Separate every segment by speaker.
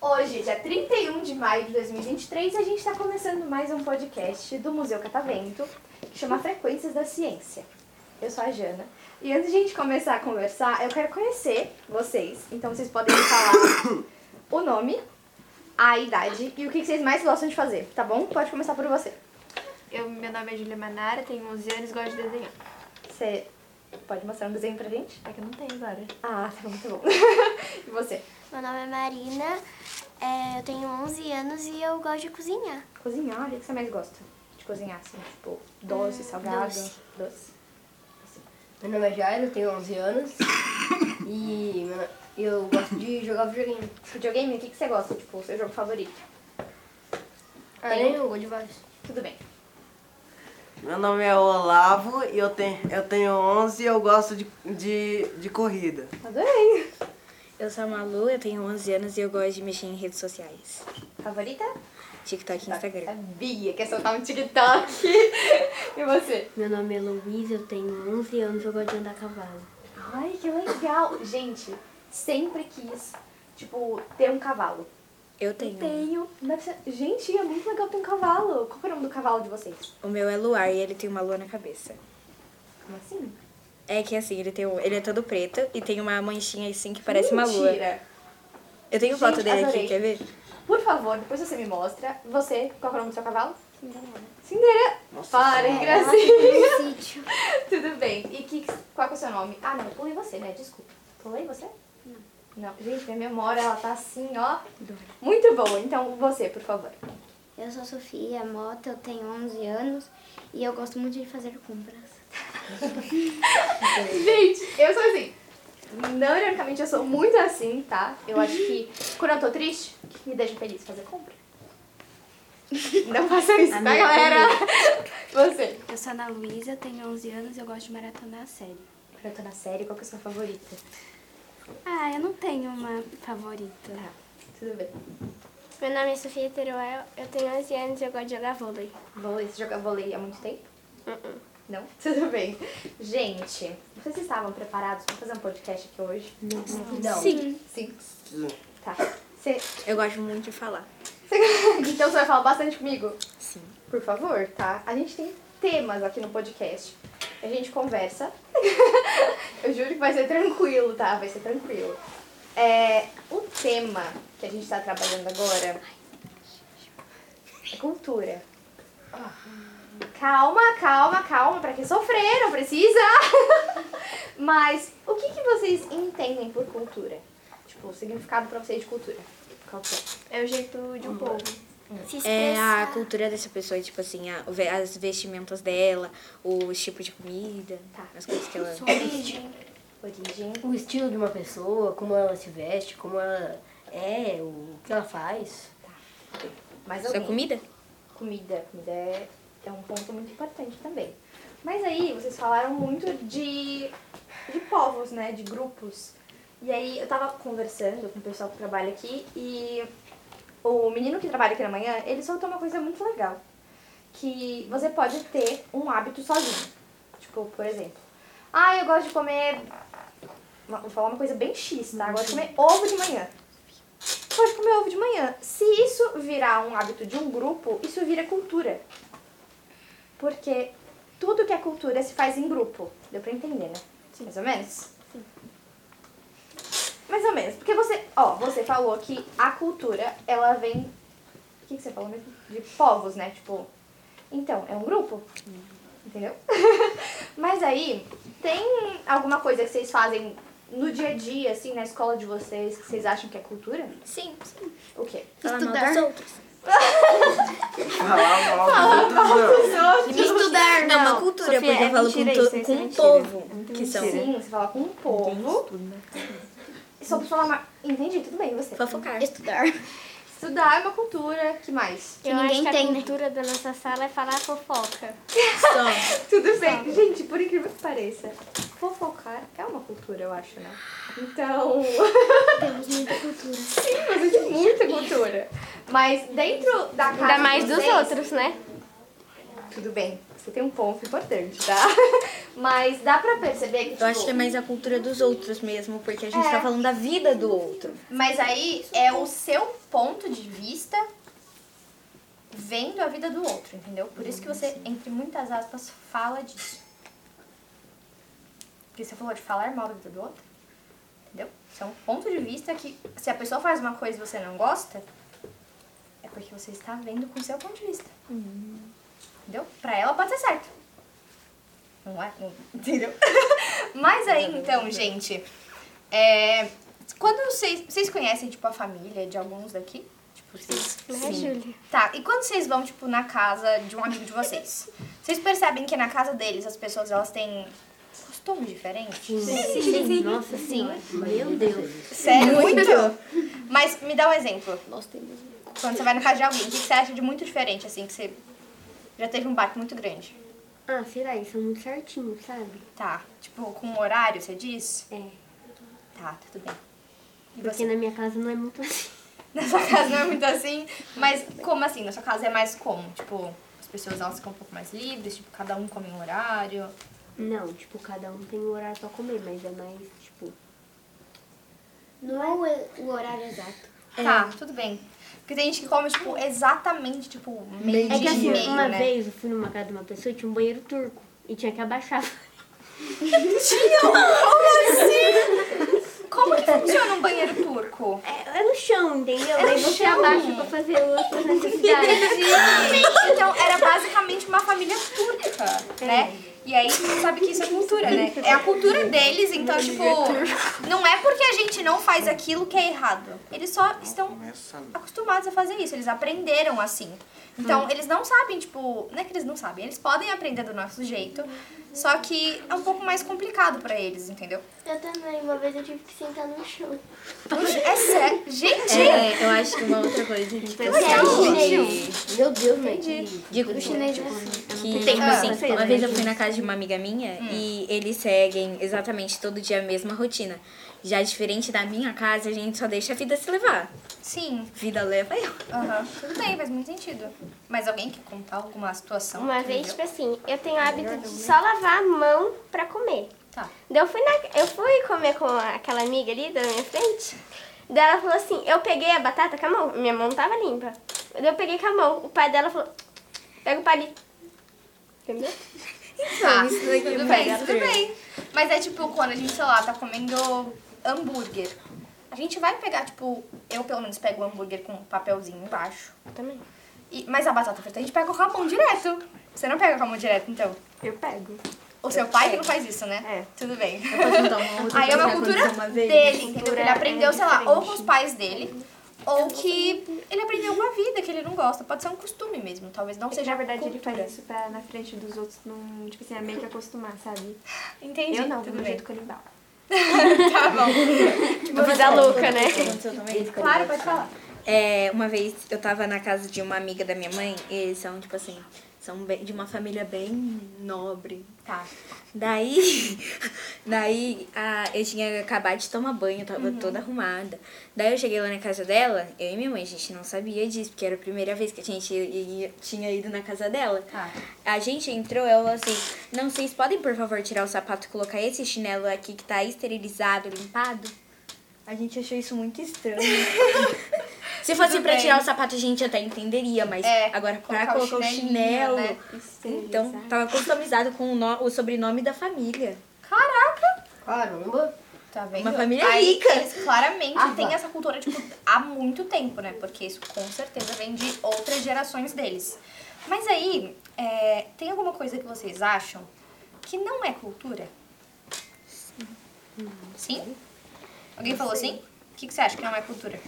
Speaker 1: Hoje, dia 31 de maio de 2023, a gente está começando mais um podcast do Museu Catavento, que chama Frequências da Ciência. Eu sou a Jana. E antes de a gente começar a conversar, eu quero conhecer vocês. Então vocês podem me falar o nome, a idade e o que que vocês mais gostam de fazer, tá bom? Pode começar por você.
Speaker 2: Eu, meu nome é Julia Manara, tenho 11 anos e gosto de desenhar.
Speaker 1: Você pode mostrar um desenho pra gente?
Speaker 2: É que eu não tenho agora.
Speaker 1: Ah, tá muito bom. e você?
Speaker 3: Meu nome é Marina, é, eu tenho 11 anos e eu gosto de cozinhar.
Speaker 1: Cozinhar, o que que você mais gosta de cozinhar? Assim, tipo, doce, salgado,
Speaker 3: doce.
Speaker 1: doce. Assim,
Speaker 4: Meu nome é Jairo, tenho 11 anos e meu no- eu gosto de jogar videogame.
Speaker 1: Videogame, o que, que você gosta? Tipo, o seu jogo favorito?
Speaker 4: Ah, nem eu gosto de vários.
Speaker 1: Tudo bem.
Speaker 5: Meu nome é Olavo e eu tenho, eu tenho 11 e eu gosto de, de, de corrida.
Speaker 1: Adorei.
Speaker 6: Eu sou a Malu, eu tenho 11 anos e eu gosto de mexer em redes sociais.
Speaker 1: Favorita?
Speaker 6: TikTok e
Speaker 1: A
Speaker 6: Instagram.
Speaker 1: Bia, quer soltar um TikTok. e você?
Speaker 7: Meu nome é Luiz, eu tenho 11 anos, eu gosto de andar a cavalo.
Speaker 1: Ai, que legal. Gente, sempre quis, tipo, ter um cavalo.
Speaker 6: Eu tenho.
Speaker 1: Tenho. Mas, gente, é muito legal ter um cavalo. Qual que é o nome do cavalo de vocês?
Speaker 6: O meu é Luar e ele tem uma lua na cabeça.
Speaker 1: Como assim?
Speaker 6: É que assim, ele tem um, ele é todo preto e tem uma manchinha assim que parece uma lua.
Speaker 1: Mentira.
Speaker 6: Eu tenho
Speaker 1: Gente,
Speaker 6: foto dele
Speaker 1: adorei.
Speaker 6: aqui, quer ver?
Speaker 1: Por favor, depois você me mostra. Você, qual que é o nome do seu cavalo? Cinderela. Cinderela. Para, que gracinha.
Speaker 3: Sítio.
Speaker 1: Tudo bem. E que, qual que é o seu nome? Ah, não, eu pulei você, né? Desculpa. Pulei você? Não. Não. Gente, minha memória, ela tá assim, ó. Muito boa. Então, você, por favor.
Speaker 3: Eu sou Sofia Mota, eu tenho 11 anos e eu gosto muito de fazer compras.
Speaker 1: Gente, eu sou assim. Não, ironicamente, eu sou muito assim, tá? Eu acho que quando eu tô triste, o que me deixa feliz fazer compra. Não faça isso, tá, galera? Você.
Speaker 2: Eu sou a Ana Luísa, tenho 11 anos e eu gosto de maratonar a série.
Speaker 1: Quando eu tô na série, qual que é a sua favorita?
Speaker 2: Ah, eu não tenho uma favorita.
Speaker 1: Tudo bem.
Speaker 3: Meu nome é Sofia Teruel, eu tenho 11 anos e eu gosto de jogar vôlei.
Speaker 1: Vôlei, você joga vôlei há muito tempo? Não? Tudo bem. Gente, vocês estavam preparados pra fazer um podcast aqui hoje?
Speaker 4: Não.
Speaker 6: Sim.
Speaker 1: Sim. Tá. Você...
Speaker 6: Eu gosto muito de falar.
Speaker 1: Então você vai falar bastante comigo?
Speaker 6: Sim.
Speaker 1: Por favor, tá? A gente tem temas aqui no podcast. A gente conversa. Eu juro que vai ser tranquilo, tá? Vai ser tranquilo. É, o tema que a gente tá trabalhando agora é cultura. Calma, calma, calma. Pra que sofrer? Não precisa. Mas o que, que vocês entendem por cultura? Tipo, o significado pra vocês de cultura. Qual que é?
Speaker 2: É o jeito de um povo.
Speaker 3: Se
Speaker 6: É a
Speaker 3: expressar.
Speaker 6: cultura dessa pessoa, tipo assim, a- o ve- as vestimentas dela, os tipos de comida,
Speaker 1: Tá.
Speaker 6: as coisas que ela.
Speaker 3: Origem.
Speaker 1: Origem.
Speaker 4: O estilo de uma pessoa, como ela se veste, como ela é, o que ela faz.
Speaker 1: Mais
Speaker 6: Sua
Speaker 1: alguém?
Speaker 6: é comida?
Speaker 1: Comida, comida é, é um ponto muito importante também. Mas aí, vocês falaram muito de, de povos, né? De grupos. E aí, eu tava conversando com o pessoal que trabalha aqui e o menino que trabalha aqui na manhã, ele soltou uma coisa muito legal. Que você pode ter um hábito sozinho. Tipo, por exemplo, ah, eu gosto de comer. Vou falar uma coisa bem X, tá? Eu gosto de comer ovo de manhã pode comer ovo de manhã. Se isso virar um hábito de um grupo, isso vira cultura. Porque tudo que é cultura se faz em grupo. Deu pra entender, né? Mais ou menos? Mais ou menos. Porque você, ó, você falou que a cultura, ela vem. O que, que você falou mesmo? De povos, né? Tipo. Então, é um grupo. Entendeu? Mas aí, tem alguma coisa que vocês fazem no dia a dia, assim, na escola de vocês, que vocês acham que é cultura?
Speaker 3: Sim.
Speaker 1: O quê?
Speaker 3: Estudar.
Speaker 5: Falar mal dos outros,
Speaker 3: Estudar.
Speaker 6: É uma cultura,
Speaker 2: Sofia,
Speaker 6: porque
Speaker 2: é
Speaker 6: eu falo com,
Speaker 2: mentira
Speaker 6: to-
Speaker 2: isso, isso é
Speaker 6: com um
Speaker 2: mentira.
Speaker 6: povo. Que são
Speaker 1: Sim, você fala com um o povo. Só pra falar mais. Entendi, tudo bem, você.
Speaker 6: fofocar.
Speaker 3: Estudar.
Speaker 1: Estudar é uma cultura. que mais?
Speaker 3: Que ninguém
Speaker 7: acho que
Speaker 3: tem,
Speaker 7: a
Speaker 3: né?
Speaker 7: cultura da nossa sala é falar fofoca.
Speaker 6: Só.
Speaker 1: Tudo bem. Gente, por incrível que pareça, fofocar é uma cultura, eu acho, né? Então.
Speaker 3: Temos muita cultura.
Speaker 1: Sim, mas existe muita cultura. Mas dentro da casa.
Speaker 7: Ainda mais
Speaker 1: de
Speaker 7: dos
Speaker 1: vocês-
Speaker 7: outros, né?
Speaker 1: Tudo bem, você tem um ponto importante, tá? Mas dá pra perceber que.
Speaker 6: Eu acho
Speaker 1: tipo,
Speaker 6: que é mais a cultura dos outros mesmo, porque a gente
Speaker 1: É.
Speaker 6: tá falando da vida do outro.
Speaker 1: Mas aí é o seu ponto de vista vendo a vida do outro, entendeu? Por isso que você, entre muitas aspas, fala disso. Porque você falou de falar mal da vida do outro, entendeu? Isso é um ponto de vista que se a pessoa faz uma coisa e você não gosta, é porque você está vendo com o seu ponto de vista. Entendeu? Pra ela pode ser certo. Não é? Não- entendeu? Mas aí, então, gente, é, quando vocês, vocês conhecem, tipo, a família de alguns daqui? Tipo, vocês...
Speaker 7: Né, Júlia?
Speaker 1: Tá, e quando vocês vão, tipo, na casa de um amigo de vocês, vocês percebem que na casa deles as pessoas, elas têm costumes diferentes?
Speaker 7: Nossa senhora. Meu Deus.
Speaker 1: Sério? Muito? Mas me dá um exemplo. Quando você vai na casa de alguém, o que você acha de muito diferente, assim, que você já teve um bate muito grande?
Speaker 7: Ah, será? Eles são muito certinhos, sabe?
Speaker 1: Tá, tipo, com o horário, você diz?
Speaker 7: É.
Speaker 1: Tá, tudo bem. E
Speaker 7: Porque
Speaker 1: você?
Speaker 7: na minha casa não é muito assim.
Speaker 1: Na sua casa não é muito assim, mas como assim? Na sua casa é mais como? Tipo, as pessoas elas ficam um pouco mais livres, tipo, cada um come um horário.
Speaker 7: Não, tipo, cada um tem um horário pra comer, mas é mais, tipo...
Speaker 3: Não é o, o horário exato.
Speaker 7: É.
Speaker 1: Tá, tudo bem. Porque tem gente que come, tipo, exatamente, tipo, meio
Speaker 7: É que
Speaker 1: dia e
Speaker 7: assim,
Speaker 1: meio,
Speaker 7: uma
Speaker 1: né?
Speaker 7: vez eu fui numa casa de uma pessoa e tinha um banheiro turco. E tinha que abaixar.
Speaker 1: Como que funciona um banheiro turco?
Speaker 7: É, é no chão, entendeu? Aí você
Speaker 1: chão.
Speaker 7: abaixa pra fazer outras necessidades.
Speaker 1: Então, era basicamente uma família turca, né? E aí, você sabe que isso é cultura, né? É a cultura deles, então, tipo, não é porque a gente não faz aquilo que é errado. Eles só estão acostumados a fazer isso, eles aprenderam assim. Então, eles não sabem, tipo, não é que eles não sabem, eles podem aprender do nosso jeito, só que é um pouco mais complicado pra eles, entendeu?
Speaker 3: Eu também, uma vez eu tive que sentar no chão.
Speaker 1: É sério. Gente,
Speaker 6: É, eu acho que uma outra coisa
Speaker 3: Então,
Speaker 6: que
Speaker 3: é
Speaker 6: eu
Speaker 4: Meu Deus, Entendi.
Speaker 6: digo
Speaker 3: Chinês é assim.
Speaker 6: que tem
Speaker 1: Ah,
Speaker 6: assim,
Speaker 7: vocês,
Speaker 6: uma
Speaker 7: né,
Speaker 6: vez eu fui na casa de uma amiga minha
Speaker 3: Hum.
Speaker 6: e eles seguem exatamente todo dia a mesma rotina. Já diferente da minha casa, a gente só deixa a vida se levar.
Speaker 1: sim.
Speaker 6: Vida leva eu.
Speaker 1: Aham, tudo bem, faz muito sentido. Mas alguém quer contar alguma situação? né?
Speaker 8: Uma vez,
Speaker 1: Entendeu?
Speaker 8: tipo assim, eu tenho o hábito de só lavar a mão pra comer.
Speaker 1: Tá.
Speaker 8: Daí eu fui, na- eu fui comer com aquela amiga ali da minha frente. Daí ela falou assim, eu peguei a batata com a mão, minha mão não tava limpa. Daí eu peguei com a mão, o pai dela falou, pega o palito. Entendeu? é
Speaker 1: Tá, tudo bem, tudo bem. Mas é tipo quando a gente, sei lá, tá comendo hambúrguer. A gente vai pegar, tipo, eu pelo menos pego o hambúrguer com um papelzinho embaixo.
Speaker 8: Eu também.
Speaker 1: E, mas a batata frita a gente pega com a mão direto. Você não pega com a mão direto, então?
Speaker 8: Eu pego.
Speaker 1: O seu pai que não faz isso, né?
Speaker 8: É.
Speaker 1: Tudo bem.
Speaker 6: uma
Speaker 1: Aí é uma cultura dele, entendeu? Que ele
Speaker 8: é
Speaker 1: aprendeu, sei lá, ou com os pais dele, ou que
Speaker 8: um
Speaker 1: ele aprendeu uma vida que ele não gosta. Pode ser um costume mesmo, talvez não seja
Speaker 8: É na verdade ele
Speaker 1: cultura.
Speaker 8: faz isso pra na frente dos outros não, tipo assim, é meio que acostumar, sabe?
Speaker 1: Entendi,
Speaker 8: eu não,
Speaker 1: tudo
Speaker 8: do
Speaker 1: bem.
Speaker 8: jeito que ele dá.
Speaker 1: Tá bom.
Speaker 8: Tipo, vida
Speaker 3: É,
Speaker 8: louca, né?
Speaker 6: Aconteceu também?
Speaker 1: Claro, pode falar.
Speaker 6: É, uma vez eu tava na casa de uma amiga da minha mãe, e eles são, tipo assim, são bem- de uma família bem nobre.
Speaker 1: Tá.
Speaker 6: Daí, daí a, eu tinha acabado de tomar banho, eu tava
Speaker 1: Uhum.
Speaker 6: toda arrumada. Daí eu cheguei lá na casa dela, eu e minha mãe, a gente não sabia disso, porque era a primeira vez que a gente ia- tinha ido na casa dela.
Speaker 1: Tá.
Speaker 6: A gente entrou, ela falou assim, não, vocês podem, por favor, tirar o sapato e colocar esse chinelo aqui que tá esterilizado, limpado? A gente achou isso muito estranho. Se fosse
Speaker 1: Tudo
Speaker 6: pra
Speaker 1: bem.
Speaker 6: tirar o sapato, a gente até entenderia, mas
Speaker 1: É,
Speaker 6: agora pra
Speaker 1: colocar o
Speaker 6: colocar o
Speaker 1: chinelinho,
Speaker 6: chinelo...
Speaker 1: né?
Speaker 6: Então, tava customizado com o, no- o sobrenome da família.
Speaker 1: Caraca!
Speaker 4: Caramba.
Speaker 1: Tá vendo?
Speaker 6: Uma família
Speaker 1: Aí,
Speaker 6: rica.
Speaker 1: Eles claramente têm essa cultura, tipo, há muito tempo, né? Porque isso com certeza vem de outras gerações deles. Mas aí, é, tem alguma coisa que vocês acham que não é cultura? Sim? Alguém falou sim? O que, que você acha que não é cultura?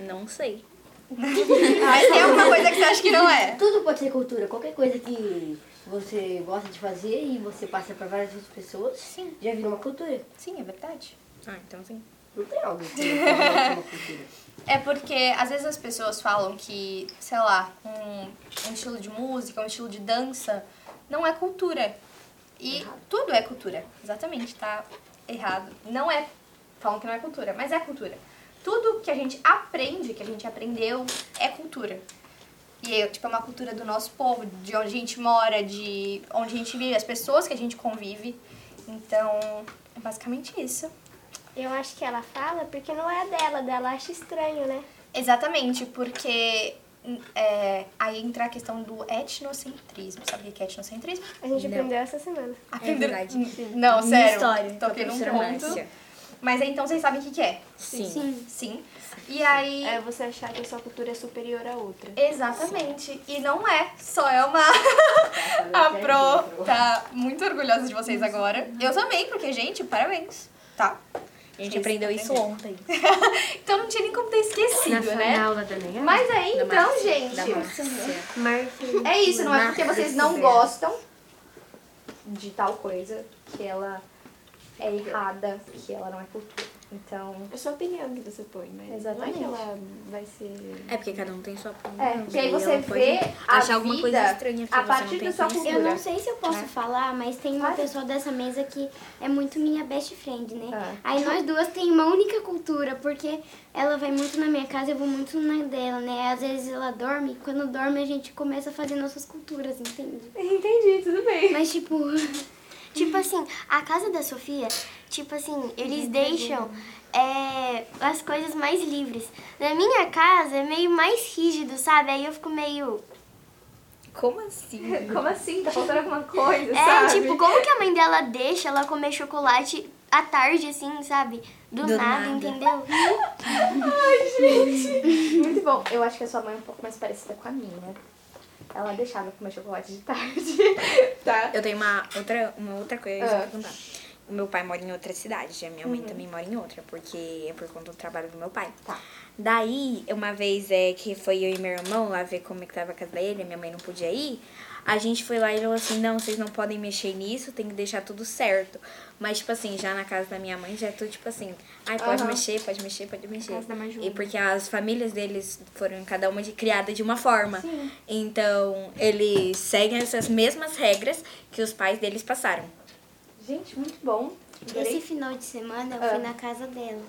Speaker 6: Não sei.
Speaker 1: Mas tem alguma coisa que você acha que Ah, não é?
Speaker 4: Tudo pode ser cultura. Qualquer coisa que você gosta de fazer e você passa pra várias outras pessoas,
Speaker 1: Sim.
Speaker 4: já virou uma cultura.
Speaker 1: Sim, é verdade.
Speaker 6: Ah, então sim.
Speaker 4: Não tem algo que eu uma cultura.
Speaker 9: É porque às vezes as pessoas falam que, sei lá, um, um estilo de música, um estilo de dança não é cultura. E tudo é cultura. Exatamente, tá errado. Não é. Falam que não é cultura, mas é cultura. Tudo que a gente aprende, que a gente aprendeu, é cultura. E é, tipo, é uma cultura do nosso povo, de onde a gente mora, de onde a gente vive, as pessoas que a gente convive. Então, é basicamente isso.
Speaker 8: Eu acho que ela fala porque não é a dela, dela acha estranho, né?
Speaker 9: Exatamente, porque é, aí entra a questão do etnocentrismo. Sabe o que é etnocentrismo?
Speaker 8: A gente aprendeu essa semana.
Speaker 9: Aprender-
Speaker 6: É verdade.
Speaker 9: N- Não,
Speaker 6: Minha
Speaker 9: sério.
Speaker 6: história, com a
Speaker 9: Toquei num
Speaker 6: professora
Speaker 9: ponto.
Speaker 6: Márcia.
Speaker 9: Mas aí, então vocês sabem o que, que é.
Speaker 6: Sim.
Speaker 9: Sim. E aí.
Speaker 2: É você achar que a sua cultura é superior à outra.
Speaker 9: Exatamente. E não é. Só é uma. a Pro tá muito orgulhosa de vocês agora. Eu também, porque, gente, parabéns. Tá?
Speaker 6: A gente
Speaker 9: Vocês
Speaker 6: aprendeu isso
Speaker 9: aprenderam.
Speaker 6: ontem.
Speaker 9: Então não tinha nem como ter esquecido,
Speaker 7: Foi
Speaker 9: né?
Speaker 7: na aula da Nayara?
Speaker 1: Mas aí,
Speaker 6: Da
Speaker 1: então,
Speaker 6: Márcia,
Speaker 1: gente,
Speaker 6: da Márcia.
Speaker 1: é isso. Não é porque vocês não gostam de tal coisa que ela é errada, que ela não é cultura. Então,
Speaker 2: É sua opinião que você põe, mas
Speaker 1: Exatamente.
Speaker 2: não é que ela vai ser...
Speaker 6: É porque cada um tem sua opinião.
Speaker 1: é, porque aí
Speaker 6: e ela
Speaker 1: você
Speaker 6: pode
Speaker 1: vê a
Speaker 6: achar alguma coisa
Speaker 1: vida
Speaker 6: estranha que
Speaker 1: a
Speaker 6: você não
Speaker 1: partir
Speaker 6: tem
Speaker 1: da sua
Speaker 6: conhecimento.
Speaker 1: cultura.
Speaker 3: Eu não sei se eu
Speaker 1: É.
Speaker 3: posso falar, mas tem uma pessoa dessa mesa que é muito minha best friend, né?
Speaker 1: Ah.
Speaker 3: Aí nós duas tem uma única cultura, porque ela vai muito na minha casa, eu vou muito na dela, né? Às vezes ela dorme, e quando dorme a gente começa a fazer nossas culturas, entende?
Speaker 1: Entendi, tudo bem.
Speaker 3: Mas tipo. Tipo assim, a casa da Sofia, tipo assim, eles deixam é, as coisas mais livres. Na minha casa é meio mais rígido, sabe? Aí eu fico meio.
Speaker 6: Como assim?
Speaker 1: Como assim? Tá faltando alguma coisa,
Speaker 3: É,
Speaker 1: sabe?
Speaker 3: tipo, como que a mãe dela deixa ela comer chocolate à tarde, assim, sabe? Do,
Speaker 6: Do
Speaker 3: nada,
Speaker 6: nada.
Speaker 3: entendeu?
Speaker 1: Muito bom. Eu acho que a sua mãe é um pouco mais parecida com a minha. Ela deixava eu comer chocolate de tarde, tá?
Speaker 2: É.
Speaker 6: Eu tenho uma outra, uma outra coisa
Speaker 1: Ah.
Speaker 6: pra contar. O meu pai mora em outra cidade, a minha
Speaker 2: Uhum.
Speaker 6: mãe também mora em outra, porque é por conta do trabalho do meu pai.
Speaker 1: Tá.
Speaker 6: Daí, uma vez é que foi eu e meu irmão lá ver como é que tava a casa dele, a minha mãe não podia ir. A gente foi lá e falou assim: não, vocês não podem mexer nisso, tem que deixar tudo certo. Mas, tipo assim, já na casa da minha mãe já é tudo tipo assim: ai, pode mexer, pode mexer, pode mexer.
Speaker 2: Casa da mãe Júlia.
Speaker 6: e porque as famílias deles foram cada uma de criada de uma forma. Então, eles seguem essas mesmas regras que os pais deles passaram.
Speaker 1: Gente, muito bom.
Speaker 3: Esse
Speaker 1: Adorei.
Speaker 3: final de semana eu fui na casa dela.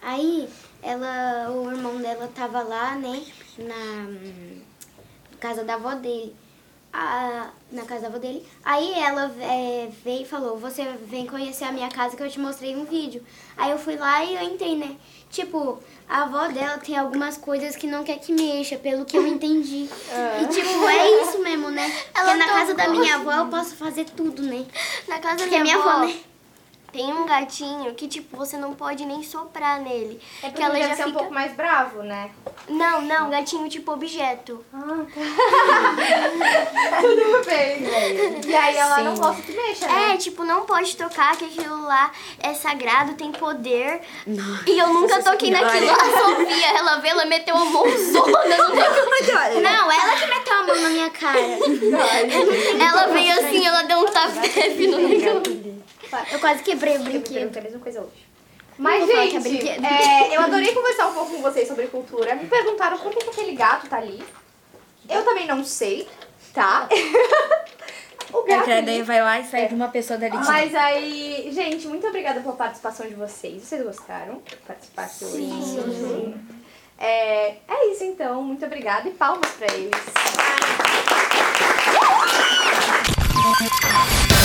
Speaker 3: Aí, ela, o irmão dela tava lá, né, na hum, casa da avó dele. A- na casa da avó dele. Aí ela é, veio e falou, você vem conhecer a minha casa que eu te mostrei um vídeo. Aí eu fui lá e eu entrei, né? Tipo, a avó dela tem algumas coisas que não quer que mexa, pelo que eu entendi. E tipo, é isso mesmo, né? Porque na casa da minha avó eu posso fazer tudo, né?
Speaker 10: Na casa da
Speaker 3: Porque é
Speaker 10: minha,
Speaker 3: minha
Speaker 10: avó,
Speaker 3: avó, né?
Speaker 10: tem um gatinho que, tipo, você não pode nem soprar nele.
Speaker 1: É
Speaker 10: que
Speaker 1: porque
Speaker 10: ela
Speaker 1: deve
Speaker 10: já
Speaker 1: ser
Speaker 10: fica...
Speaker 1: um pouco mais bravo, né?
Speaker 10: Não, não, gatinho tipo objeto.
Speaker 1: Tudo bem. E aí ela não gosta que mexa, né?
Speaker 10: É, tipo, não pode tocar, que aquilo lá é sagrado, tem poder. E eu nunca toquei naquilo. A Sofia, ela vê, ela meteu a mãozona no negócio. Não, ela que meteu a mão na minha cara.
Speaker 4: é
Speaker 10: ela
Speaker 3: é
Speaker 10: veio assim, ela deu um tap-tap no
Speaker 4: é
Speaker 10: negócio.
Speaker 3: Eu quase quebrei o
Speaker 1: Eu me
Speaker 3: brinquedo.
Speaker 1: perguntei a mesma coisa hoje. Mas,
Speaker 3: vou falar que é
Speaker 1: gente,
Speaker 3: brinquedo.
Speaker 1: é, eu adorei conversar um pouco com vocês sobre cultura. Me perguntaram por que, que aquele gato tá ali. Eu também não sei, tá? o
Speaker 6: É,
Speaker 1: gato.
Speaker 6: que daí
Speaker 1: ali.
Speaker 6: vai lá e sai de uma pessoa dali de
Speaker 1: Mas aí, gente, muito obrigada pela participação de vocês. Vocês gostaram de participar aqui hoje? Sim. É, é isso então. Muito obrigada e palmas pra eles.